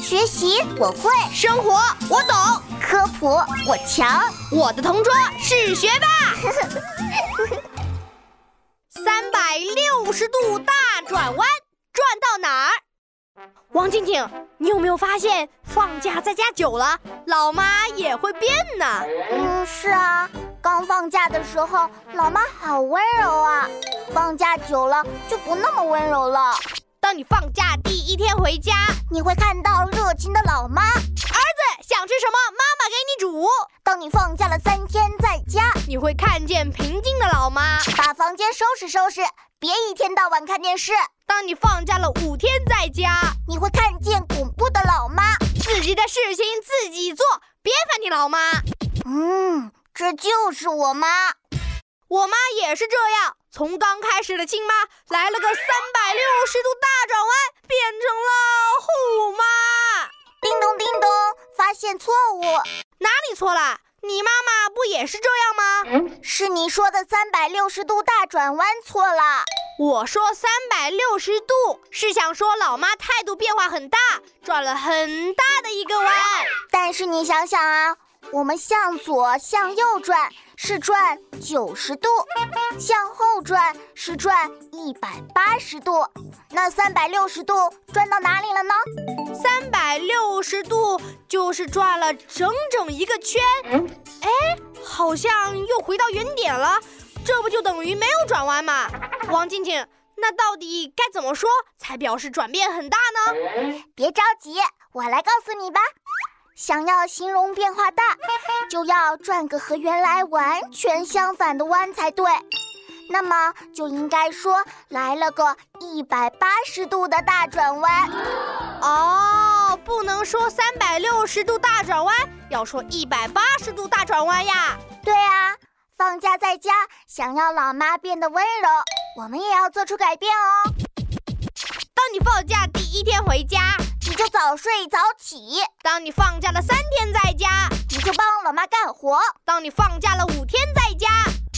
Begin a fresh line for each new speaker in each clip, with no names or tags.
学习我会，
生活我懂，
科普我强，
我的同桌是学霸。三百六十度大转弯，转到哪儿？王静静，你有没有发现，放假在家久了，老妈也会变呢？
嗯，是啊，刚放假的时候，老妈好温柔啊，放假久了就不那么温柔了。
当你放假第一天回家，
你会看到热情的老妈。
儿子想吃什么，妈妈给你煮。
当你放假了三天在家，
你会看见平静的老妈。
把房间收拾收拾，别一天到晚看电视。
当你放假了五天在家，
你会看见恐怖的老妈。
自己的事情自己做，别烦你老妈。
嗯，这就是我妈。
我妈也是这样，从刚开始的亲妈来了个三百六十度大转弯，变成了护妈。
叮咚叮咚，发现错误，
哪里错了？你妈妈不也是这样吗？
是你说的三百六十度大转弯错了。
我说三百六十度是想说老妈态度变化很大，转了很大的一个弯。
但是你想想啊，我们向左向右转是转九十度，向后转是转一百八十度，那三百六十度转到哪里了呢？
三百六十度就是转了整整一个圈，哎，好像又回到原点了，这不就等于没有转弯吗？王静静，那到底该怎么说才表示转变很大呢？
别着急，我来告诉你吧。想要形容变化大，就要转个和原来完全相反的弯才对。那么就应该说来了个一百八十度的大转弯。
哦，不能说三百六十度大转弯，要说一百八十度大转弯呀。
对啊，放假在家，想要老妈变得温柔，我们也要做出改变哦。
当你放假第一天回家，
你就早睡早起，
当你放假了三天在家，
你就帮老妈干活，
当你放假了五天在家，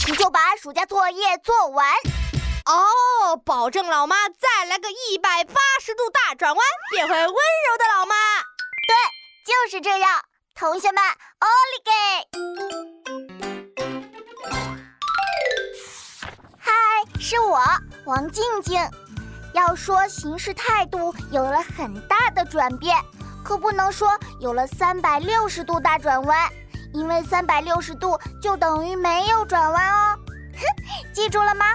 你就把暑假作业做完。
哦，保证老妈再来个一百八十度大转弯，变回温柔的老妈。
就是这样，同学们，奥利给！嗨，是我王静静。要说行事态度有了很大的转变，可不能说有了三百六十度大转弯， 因为三百六十度就等于没有转弯哦。哼，记住了吗？